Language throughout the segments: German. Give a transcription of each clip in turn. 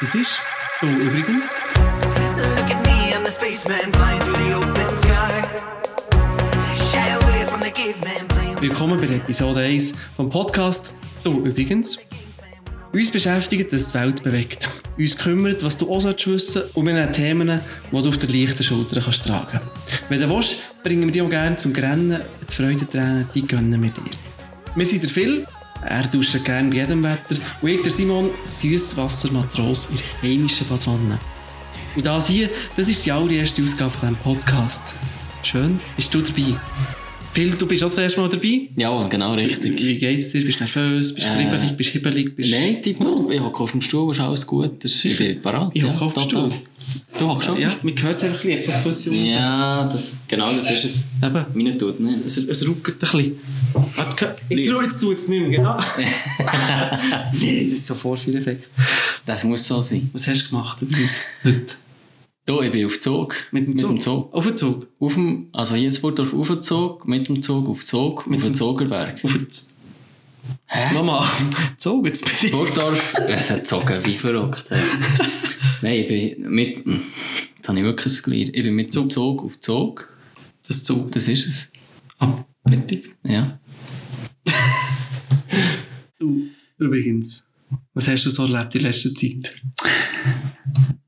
Das ist so übrigens. Look at me, I'm a spaceman flying through the open sky. Shy away from the caveman playing with Willkommen bei Episode 1 vom Podcast «So übrigens». Uns beschäftigt, dass die Welt bewegt. Uns kümmert, was du auch solltest wissen und wir nehmen Themen, die du auf der leichten Schulter kannst tragen Wenn du willst, bringen wir dich auch gerne zum Grennen. Die Freudentränen, die gönnen wir dir. Wir sind der Phil, er duscht gerne bei jedem Wetter und ich, der Simon, Süßwassermatros in der heimischen Badwanne. Und das hier, das ist die allererste Ausgabe von diesem Podcast. Schön, bist du dabei. Phil, du bist auch zuerst mal dabei. Ja, genau, richtig. Wie geht's dir? Bist du nervös? Bist du Äh. kribbelig? Bist du hibbelig? Bist Nein, tipptopp. Ich hocke auf dem Stuhl, ist alles gut. Das- Ich bin bereit. Ich ja, hocke auf dem total. Stuhl. Du hockst auf dem Ja, man hört es einfach ein bisschen, etwas Küsse Stuhl? und- Ja, das, genau das ist es. Eben. Meine tut nicht. Es, es ruckelt ein bisschen. Warte, geh- Nicht. Jetzt ruht es, tut es nicht mehr, genau. Nein, das ist sofort viel Effekt. Das muss so sein. Was hast du gemacht übrigens heute? Du, ich bin auf Zug. Mit dem Zug? Mit dem Zug. Auf den Zug? Auf dem, also hier in Burgdorf auf den Zug, mit dem Zug auf den Zug, Mit auf den dem- Zogerberg. Auf den Z Hä? Nochmal, Zug jetzt bitte. Burgdorf, es hat Zogen, wie verrückt. ey. Nein, ich bin mit, jetzt habe ich wirklich ein Glied. Ich bin mit dem Zug auf den Zug. Das Zug. Das ist es. Ah, fertig. Ja. Du, übrigens, was hast du so erlebt in letzter Zeit?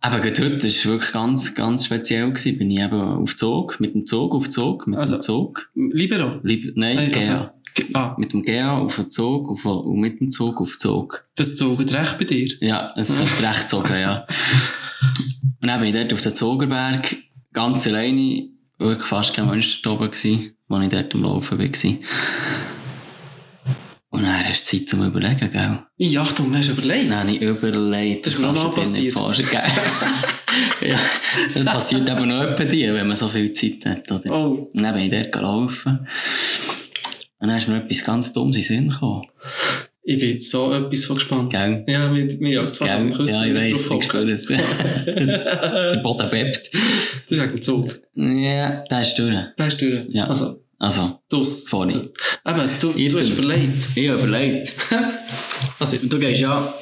Eben, gerade heute war wirklich ganz, ganz speziell. Gewesen. Bin ich eben auf Zug, mit dem Zug auf Zug, mit Also- dem Zug. Libero? Lieb, nein, Nein, GA. also, G- ah, Mit dem GA auf den Zug auf, und mit dem Zug auf Zug. das Zug hat recht bei dir. Ja, es hat recht gezogen, ja. Und dann bin ich dort auf dem Zogerberg, ganz alleine, wirklich fast kein Mensch da oben gewesen, als ich dort am Laufen war. Und dann hast du Zeit zum Überlegen, gell? Ich, Achtung, hast du überlegt? Dann habe ich überlegt, Das ist mir auch kannst mal du dir nicht passiert. vorstellen. ja, das passiert eben nur etwa dir, wenn man so viel Zeit hat. Oder? Oh, Und dann bin ich dort gelaufen. Und dann ist mir etwas ganz Dummes in den Sinn gekommen. ich bin so etwas von gespannt. Gell? Ja, mit mir auch zwei Gell? Küssen. Ja, ich wenn weiss, drauf ich hocke. spüre es. Der Boden bebt. Das ist eigentlich so. Ja, das ist durch. Da hast du durch. Ja. Also, Also, das. Vorne. So. Eben, du, du Irrtum. hast überlegt. ich habe überlegt. also, du gehst ja,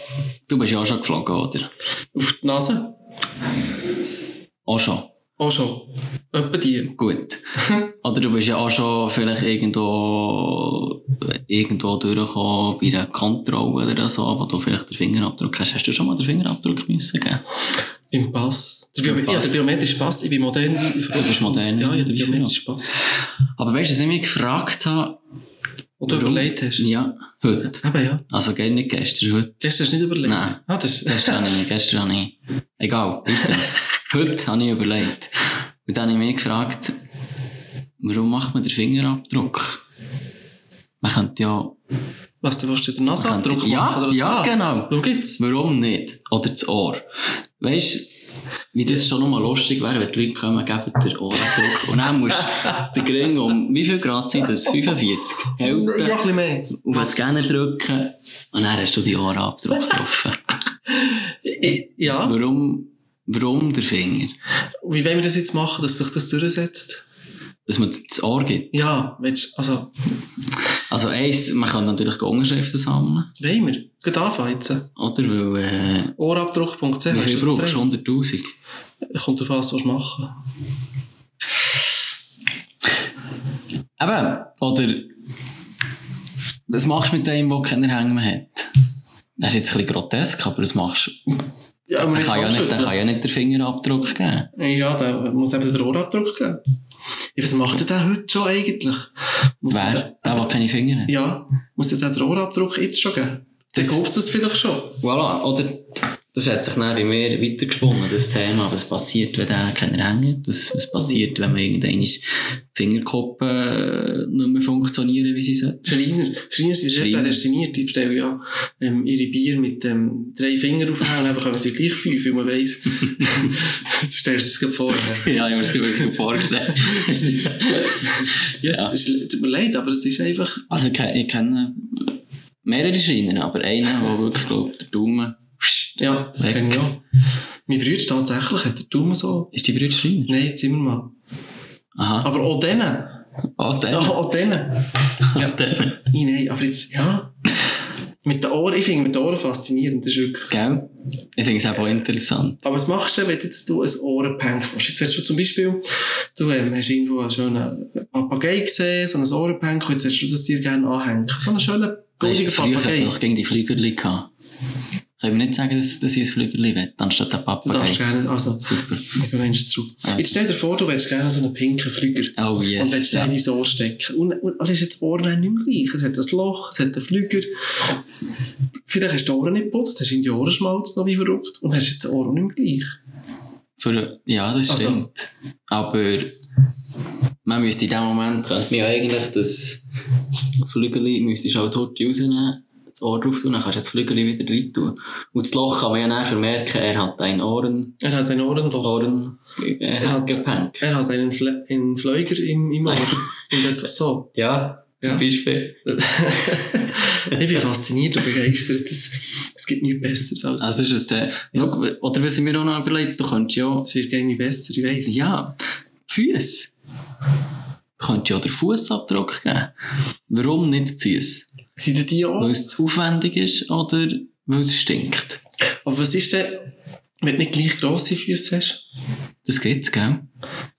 du bist ja auch schon geflogen, oder? Auf die Nase? Auch schon. Auch schon. Etwa die. Gut. Oder du bist ja auch schon vielleicht irgendwo, irgendwo durchgekommen bei einer Kontrolle oder so, wo du vielleicht den Fingerabdruck hast. Hast du schon mal den Fingerabdruck müssen geben? Beim Pass. Der Bio Beim Ja, Pass. der biometrische Pass. Ich bin modern. Ich Du bist modern. Ja, ja, der biometrische Pass. Aber weißt du, was ich mich gefragt habe? Und du Warum? überlegt hast. eh, Ja, heute. Eben, Ah, ja. Also gell, nicht gestern, heute. Gestern hast du nicht überlegt. Nein. Ah, das ist... Gestern habe ich, gestern habe ich. Egal, heute. heute habe ich überlegt. Und dann habe ich mich gefragt, warum macht man den Fingerabdruck? Man könnte ja... Was, du willst du den man könnte- Nasenabdruck ja, machen? oder- ja, nou. Ah, genau. Schau jetzt. Warum nicht? Oder das Ohr. Weißt du, wie das schon nochmal lustig wäre, wenn die Leute kommen, geben dir Ohrendruck. Und dann musst du den Gring um, wie viel Grad sind das? 45 Ja, ein halten, bisschen mehr. auf den Scanner eh, drücken und dann hast du die Ohrenabdruck getroffen. Ich- Ja. Warum, warum der Finger? Wie wollen wir das jetzt machen, dass sich das durchsetzt? Dass man das Ohr gibt. Ja, willst du... Also... Also eins, man kann natürlich Unterschriften sammeln, Wollen wir? Geht anfangen jetzt. oder? Weil, Ohrabdruck.ch. äh, wie hast viel du das brauchst du? frei? 100'000? Kommt auf an, was du machen Eben, oder was machst du mit dem, der keine Hänge mehr hat? Das ist jetzt ein bisschen grotesk, aber das machst du. willst. Ja, aber Der kann, ja nicht, der kann ja nicht den Fingerabdruck geben. ja. ja, der muss eben den Ohrabdruck geben. Ja, was macht denn der heute schon eigentlich? Muss Wer? Der, Der, der keine Finger hat. ja, muss der den Ohrabdruck jetzt schon geben? Dann Das- glaubst du das vielleicht schon. Voilà, oder? Das hat sich dann bei mir weitergesponnen, das Thema. Was passiert, wenn der keine Hänge hat? Was, was passiert, wenn man irgendwann die Fingerkuppen äh, nicht mehr funktionieren, wie sie sollten? Schreiner, Schreiner sind sehr Schreiner. prädestiniert. Die bestellen ja ähm, ihre Bier mit ähm, drei Fingern aufhängen und dann bekommen sie gleich fünf, weil man weiss. jetzt stellst du es vor. Ja, ich habe mir das wirklich vorgestellt. Ja, es ist- es tut mir leid, aber es ist einfach... Also ich, ke- ich kenne mehrere Schreiner, aber einen, der wirklich glaubt, der Daumen Ja, das Weg. kenne ich auch. Mein Bruder tatsächlich hat den Daumen so... ist die Brüder Schreiner. Nein, Zimmermann. Aha. Aber auch denen. Oh, der. Ja, auch denen. Der. Nein, nein, aber jetzt, ja. Mit den Ohren, ich finde mit den Ohren faszinierend, das ist wirklich... Gell? Ich finde es auch interessant. Aber was machst du, wenn jetzt du ein Ohrenpank machst? Jetzt wirst du zum Beispiel, du ähm, hast irgendwo einen schönen Papagei gesehen, so ein Ohrenpank, jetzt wirst du das dir gerne anhängen. So einen schönen, goldigen Weisst du, Früher hatte ich Papagei. noch gegen die Flügerli. gehabt. Können wir nicht sagen, dass, dass ich ein Flügerli will, anstatt ein Du darfst Papagei. gerne, also, Super. ich gehe eins zurück. Also. Jetzt stell dir vor, du wärst gerne so einen pinken Flüger. Oh yes. und willst du ja. ja. in dein Ohr stecken. Und, und, und ist jetzt die Ohren auch nicht mehr gleich. Es hat ein Loch, es hat einen Flüger. Vielleicht hast du die Ohren nicht geputzt, hast in die Ohrenschmalz noch wie verrückt und hast jetzt die Ohren nicht mehr gleich. Für, ja, das Also. stimmt. Aber man müsste in dem Moment, könnte man ja eigentlich das Flügeli müsstest du halt dort rausnehmen, das Ohr drauf tun, dann kannst du das Flügeli wieder rein tun. Und das Loch kann man ja dann vermerken, er hat ein Ohren, Er hat ein Ohrenloch. Ohren, äh, er Ja. hat gepennt. Er hat einen, Fle einen Fleuger im, im Ohr. und hat das so. Ja, zum Ja. Beispiel. ich bin fasziniert und begeistert. Es, es gibt nichts Besseres als Also ist es der, Schau, oder was ich mir auch noch überlegt, du könntest ja, es wird gerne besser, ich weiss. ja, Füße. Du könntest ja den Fußabdruck geben. Warum nicht die Füße? Sind denn die Weil auch? es zu aufwendig ist oder weil es stinkt. Aber was ist denn, wenn du nicht gleich grosse Füße hast? Das geht's, gell?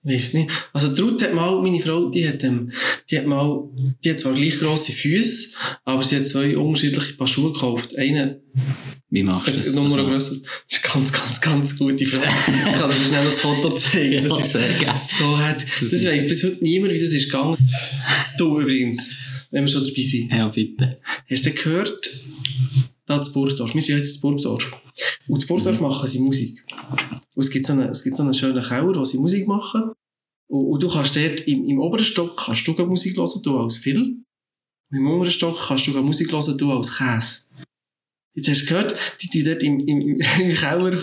weiß nicht. Also die Ruth hat mal, meine Frau, die hat, ähm, die hat mal, die hat zwar gleich grosse Füße, aber sie hat zwei unterschiedliche Paar Schuhe gekauft. Eine, Wie machst du äh, das? Nummer Also, grösser. Das ist ganz, ganz, ganz gute Frage. ich kann dir schnell das Foto zeigen. Das Ja, ist sehr gerne. so hart. Das weiss bis heute niemand, wie das ist gegangen. Du übrigens, wenn wir schon dabei sind. Ja, bitte. Hast du gehört, da das Burgdorf, wir sind jetzt in Burgdorf. Und in Mhm. Burgdorf machen sie Musik. Und es gibt so einen, es gibt so einen schönen Keller, wo sie Musik machen. Und, und du kannst dort im, im oberen Stock kannst du gleich Musik hören, du als Phil. Und im unteren Stock kannst du gleich Musik hören, du als Käse. Jetzt hast du gehört, die tun dort im, im, im, im Keller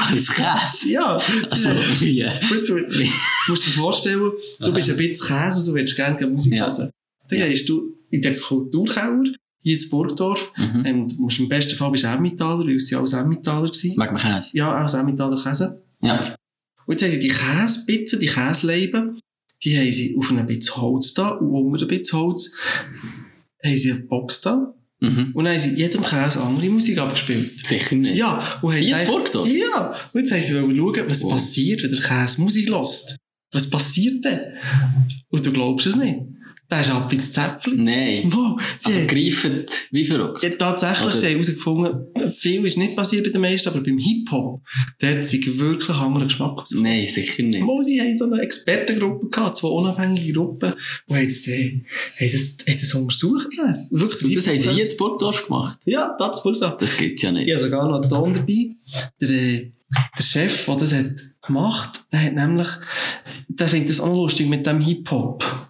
Alles Käse. Ja, Also, wie? Gut, so- du musst dir vorstellen, du Aha. bist ein bisschen Käse und du willst gerne Musik Ja. hören. Dann Ja. gehst du in den Kulturkeller, hier in Burgdorf, Mhm. ähm, du musst im besten Fall bist du Emmentaler, weil sie alles Emmentaler waren. Mag man Käse? Ja, alles Emmentaler Käse. Ja. Und jetzt haben sie die Käsebitzen, die Käseleiben, die haben sie auf einem bisschen Holz da und unter einem bisschen Holz haben sie eine Box da. Mhm. Und dann haben sie jedem Käse andere Musik abgespielt. Sicher nicht. Ja, und haben Jetzt gedacht- Burgdorf? Ja, und jetzt haben sie wollen schauen, was Wow. passiert, wenn der Käse Musik lässt. Was passiert denn? Und du glaubst es nicht. Der ist ab ins Zäpfchen. Nein. Wow, sie Also haben- greifen wie verrückt. Ja, tatsächlich, Oder- sie haben herausgefunden, viel ist nicht passiert bei den meisten, aber beim Hip-Hop, dort sind wirklich andere Geschmack. Nein, sicher nicht. Obwohl sie haben so eine Expertengruppe gehabt, zwei unabhängige Gruppen, und haben das, äh, haben das, haben das untersucht. ne? Wirklich, Und das haben sie Hip-Hop- hier in Burgdorf gemacht. Ja, das wurde so. Das gibt's ja Ich nicht. habe sogar noch einen Ton dabei. Der, äh, der Chef, der das hat gemacht der hat nämlich, der findet das auch noch lustig mit dem Hip-Hop.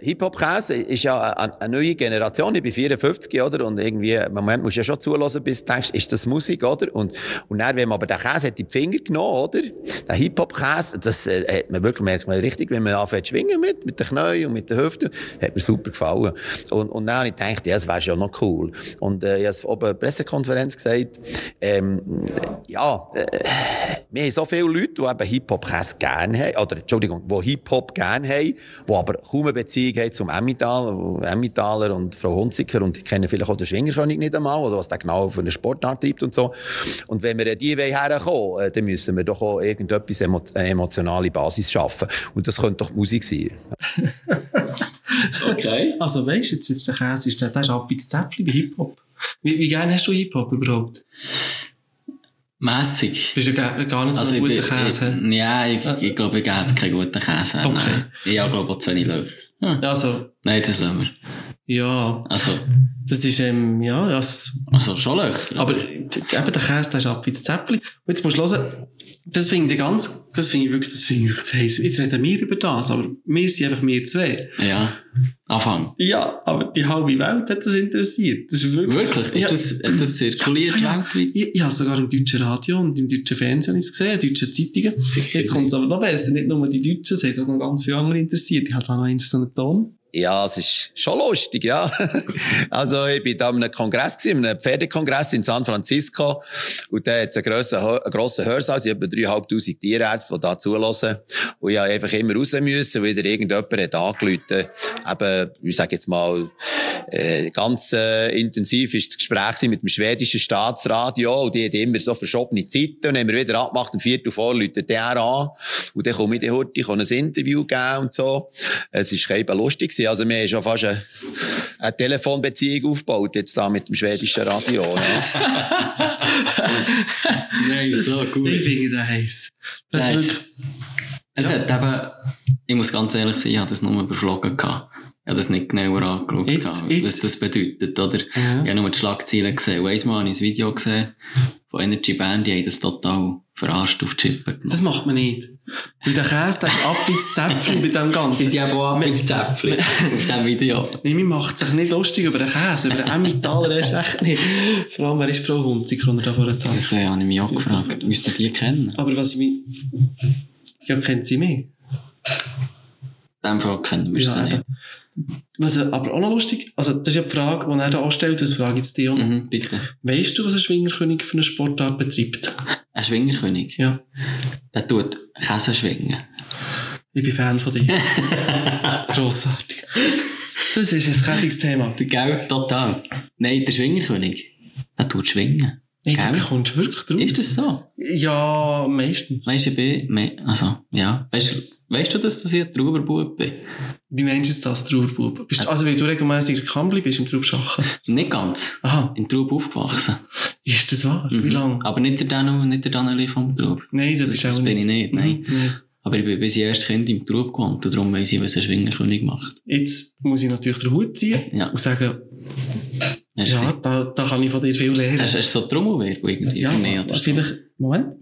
Hip-Hop-Käse ist ja eine, eine neue Generation. Ich bin 54, oder? Und irgendwie, im Moment musst du ja schon zulassen, bis du denkst, ist das Musik, oder? Und, und dann, wenn man aber den Käse hat in die Finger genommen, oder? Den Hip-Hop-Käse, das äh, hat man wirklich, merkt man richtig, wenn man anfängt zu schwingen mit, mit den Knien und mit den Hüften, hat mir super gefallen. Und, und dann habe ich gedacht, ja, das wäre schon noch cool. Und, äh, ich habe es oben in der Pressekonferenz gesagt, ähm, ja, äh, wir haben so viele Leute, die eben Hip-Hop Käse gerne haben, oder Entschuldigung, die Hip-Hop gerne haben, die aber kaum eine Beziehung haben zum Emmitaler, Emmitaler und Frau Hunziker und die kennen vielleicht auch den Schwingerkönig nicht einmal, oder was der genau für eine Sportart treibt und so. Und wenn wir an die wollen herkommen, äh, dann müssen wir doch auch irgendetwas emo eine emotionale Basis schaffen. Und das könnte doch die Musik sein. Okay. Also weisst du, jetzt, jetzt der Käse ist, der, der ist ab ins Zäpfchen bei Hip-Hop. Wie, wie gerne hast du Hip-Hop überhaupt? Mässig. Bist ja gar, gar nicht so Also ein ich guter bin, Käse. hä? ich, ja, ich, ich glaube, ich gebe keinen guten Käse. her, Okay. nein. Ich habe, glaube ich, auch zu wenig Löcher. Hm. Also, Nein, das lassen wir. ja, Also, das ist, ähm, ja, das, also schon Löcher. aber d- d- eben der Käse, der ist ab ins Zäpfchen. Und jetzt musst du hören, das finde ich ganz, das finde ich wirklich, das finde ich wirklich zu heiss. Jetzt reden wir über das, aber wir sind einfach wir zwei. Ja, Anfang. Ja, aber die halbe Welt hat das interessiert. Das ist wirklich. Wirklich? Ist Ja. das, hat das zirkuliert Ja, ja. weltweit? Ich, ich habe sogar im deutschen Radio und im deutschen Fernsehen ich's gesehen, in deutschen Zeitungen. Sicher Jetzt kommt es aber noch besser. Nicht nur die Deutschen, es haben auch noch ganz viele andere interessiert. Ich habe da noch einen so einen Ton. Ja, es ist schon lustig, ja. also, ich bin da an einem Kongress gewesen, einem Pferdekongress in San Francisco. Und da hat es einen grossen, Hör- einen grossen Hörsaal. Es sind etwa 3'500 Tierärzte, die da zulassen. Und ich habe einfach immer raus müssen, weil da irgendjemand hat angerufen. Eben, ich sage jetzt mal, äh, ganz äh, intensiv ist das Gespräch gewesen mit dem schwedischen Staatsradio. Und die hat immer so verschobene Zeiten. Und haben wir wieder abgemacht, um Viertel vor, läutet der an. Und dann komme ich dann heute, ich kann ein Interview geben und so. Es ist eben lustig gewesen. Also, wir haben schon fast eine, eine Telefonbeziehung aufgebaut, jetzt da mit dem schwedischen Radio. Ne? Nein, so Ich gut. finde das heiß. Das hat Nein, wirklich- Es hat eben, ich muss ganz ehrlich sein, ich habe das nur überflogen gehabt. Ich habe das nicht genauer angeschaut, Jetzt- gehabt, jetzt- was das bedeutet, oder? Ich habe nur die Schlagzeilen gesehen. Und einmal habe ich ein Video gesehen von Energy Band, die haben das total verarscht auf die Chippen Das gemacht. macht man nicht. Weil der Käse, der ab ins Zäpfchen bei dem Ganzen. sind ja auch mit Zäpfchen auf diesem Video. Nein, man macht sich nicht lustig über den Käse, über den Emmentaler ist echt nicht. Vor allem, wer ist Frau Hunzig, kann er da vorne tanzen. Das äh, habe ich mich auch gefragt. Müsst ihr die kennen? Aber was ich mich... Ja, kennt sie mich? In dem Fall kennen wir sie Ja, nicht. eben. Was aber auch noch lustig, also das ist ja die Frage, die er da anstellt, das frage ich jetzt dich auch. Mhm, bitte. Weißt du, was ein Schwingerkönig für eine Sportart betreibt? Ein Schwingerkönig, Ja, der tut Käse schwingen. ich bin Fan von dir. Grossartig. Das ist ein käsiges Thema. Gell, total. Nein, der Schwingerkönig, der tut schwingen. Nein, du Gell? bekommst wirklich drauf. Ist das so? Ja, meistens. Weißt du, ich bin, me- also, ja. Weißt, weißt du, dass, dass ich ein Trauerbub bin? Wie meinst du jetzt das, Trauerbub? Bist du, Ah. also, weil du regelmäßig Kambli bist im Traubschachen. Nicht ganz. Aha, Im Traub aufgewachsen. ist das wahr? Hm. Wie lange? Aber nicht der Danu, nicht der Daneli vom Traub. Nein, das, Mhm. Das, ist auch das bin ich nicht, nein. Mhm, nein. Aber ich bin bis ich erst Kind im Traub gewohnt und darum weiss ich, was ein Schwingerkönig macht. Jetzt muss ich natürlich den Hut ziehen Ja. und sagen, Merci. ja, da, da kann ich von dir viel lernen. Hast du so Trommelwirbel irgendwie ja, für mich oder so? vielleicht. Moment.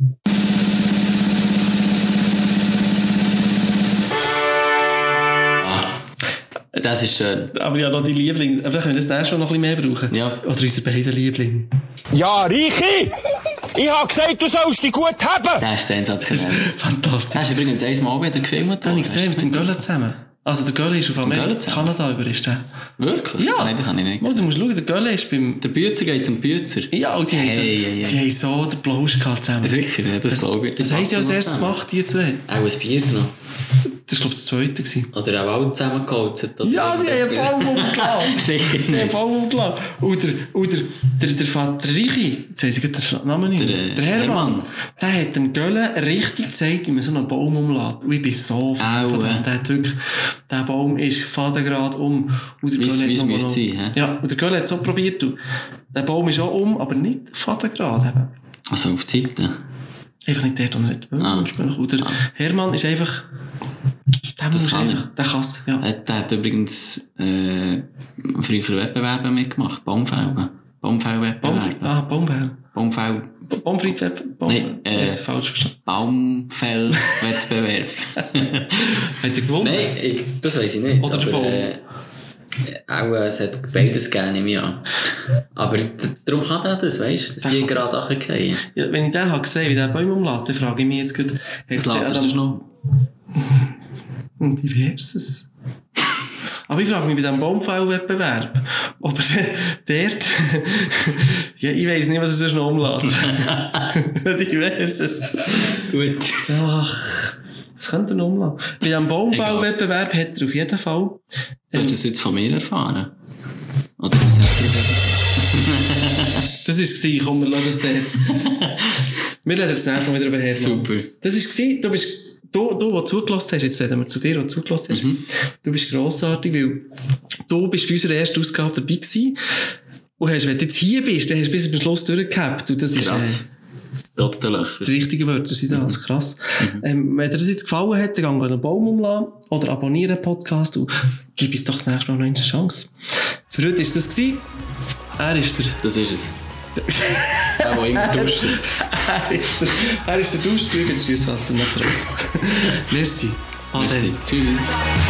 Das ist schön. Aber ja, noch die Liebling. Aber Vielleicht können wir das nächste Mal noch ein bisschen mehr brauchen. Ja. Oder unsere beiden Liebling. Ja, Reichi! Ich hab gesagt, du sollst dich gut haben! Das ist sensationell. Das Fantastisch. ist übrigens einmal wieder gefilmt. Habe worden. ich gesehen, mit dem Göller zusammen. Also, der Göller ist auf Amerika, Göller zusammen? Kanada über, ist der. Wirklich? Ja. Nein, das habe ich nicht Mal, gesehen. du musst schauen, der Göller ist beim. Der Büzer geht zum Büzer. Ja, und die, haben so, Hey, hey, hey. die haben so den Plausch gehabt zusammen. Sicher, ja, Dus- das glaube ich. das haben sie als erstes gemacht, die zwei. Auch ein Bier genommen. Das war, glaube ich, das zweite. Gewesen. Oder auch alle zusammengeholzt. oder? Ja, sie haben einen Baum umgeladen. Sicher Sie haben einen nicht. Baum umgeladen. Oder, oder der, der Vater Richi, jetzt haben sie gerade den Namen nicht. Der, äh, der Hermann. Hermann. Der hat dem Göllen richtig gezeigt, wie man so einen Baum umlädt. Und ich bin so Fan von Aua. dem. Der hat wirklich, der Baum ist fadengrad um. Und der Wie's- Göllen hat wie's noch mal müsste noch- sein, hä? Ja, und der Göllen hat es auch probiert. Und der Baum ist auch um, aber nicht fadengrad eben. Also auf die Seite. Einfach nicht dort, wo er nicht will. Ah. ursprünglich. Und der Ah. Hermann ist einfach, der muss kann einfach, der kann es, ja. Er hat- er hat übrigens äh, früher Wettbewerbe mitgemacht. Baumfäuben. Baumfried, Baumfäubenwettbewerbe. ah, Baumfeld. Baumfäuben. Baumfried, Baumfeld. Nee, äh, das ist falsch verstanden. Baumfellwettbewerb. Hat er gewonnen? Nein, ich, das weiß ich nicht. Oder der Baum. äh, auch äh, es hat beides gerne im Jahr. Aber d- darum kann er das, weißt du? Dass Der die kann gerade das. runtergehen. Ja, wenn ich den habe gesehen, wie der Bäume umlädt, dann frage ich mich jetzt gerade, Das lässt er dus sonst noch. ein diverses? Ah, Aber ich frage mich bei diesem Baumfellwettbewerb, ob er dort, ja, ich weiss nicht, was er sonst noch umlädt. dus diverses. Gut. Ach, was könnte er noch umladen? Bei diesem Baumfellwettbewerb hat er auf jeden Fall, Du hast das jetzt von mir erfahren. Oder was hast das war es, komm, wir lassen es dort. wir lassen es nächstes Mal wieder über Hermann. du? Super. Das war, du bist, du, du, der zugelassen hast, jetzt reden wir zu dir, der zugelassen Mhm. hast, du bist grossartig, weil du bist bei unserer ersten Ausgabe dabei gewesen. Und hast, wenn du jetzt hier bist, dann hast du bis zum Schluss durchgehabt. Und das ist, äh, Krass. Mhm. Trotz der Löcher. die richtigen Wörter sind das. Krass. Ähm, wenn dir das jetzt gefallen hat, dann geh einen Baum umladen oder abonniere den Podcast und gib uns doch das nächste Mal noch eine Chance. Für heute war das. Gewesen. Er ist der, Das ist es. Der, der immer duscht. er ist der, er ist der Duschzüge, das Schlusswasser nicht raus. Merci. Ade. Merci. Tschüss. Thank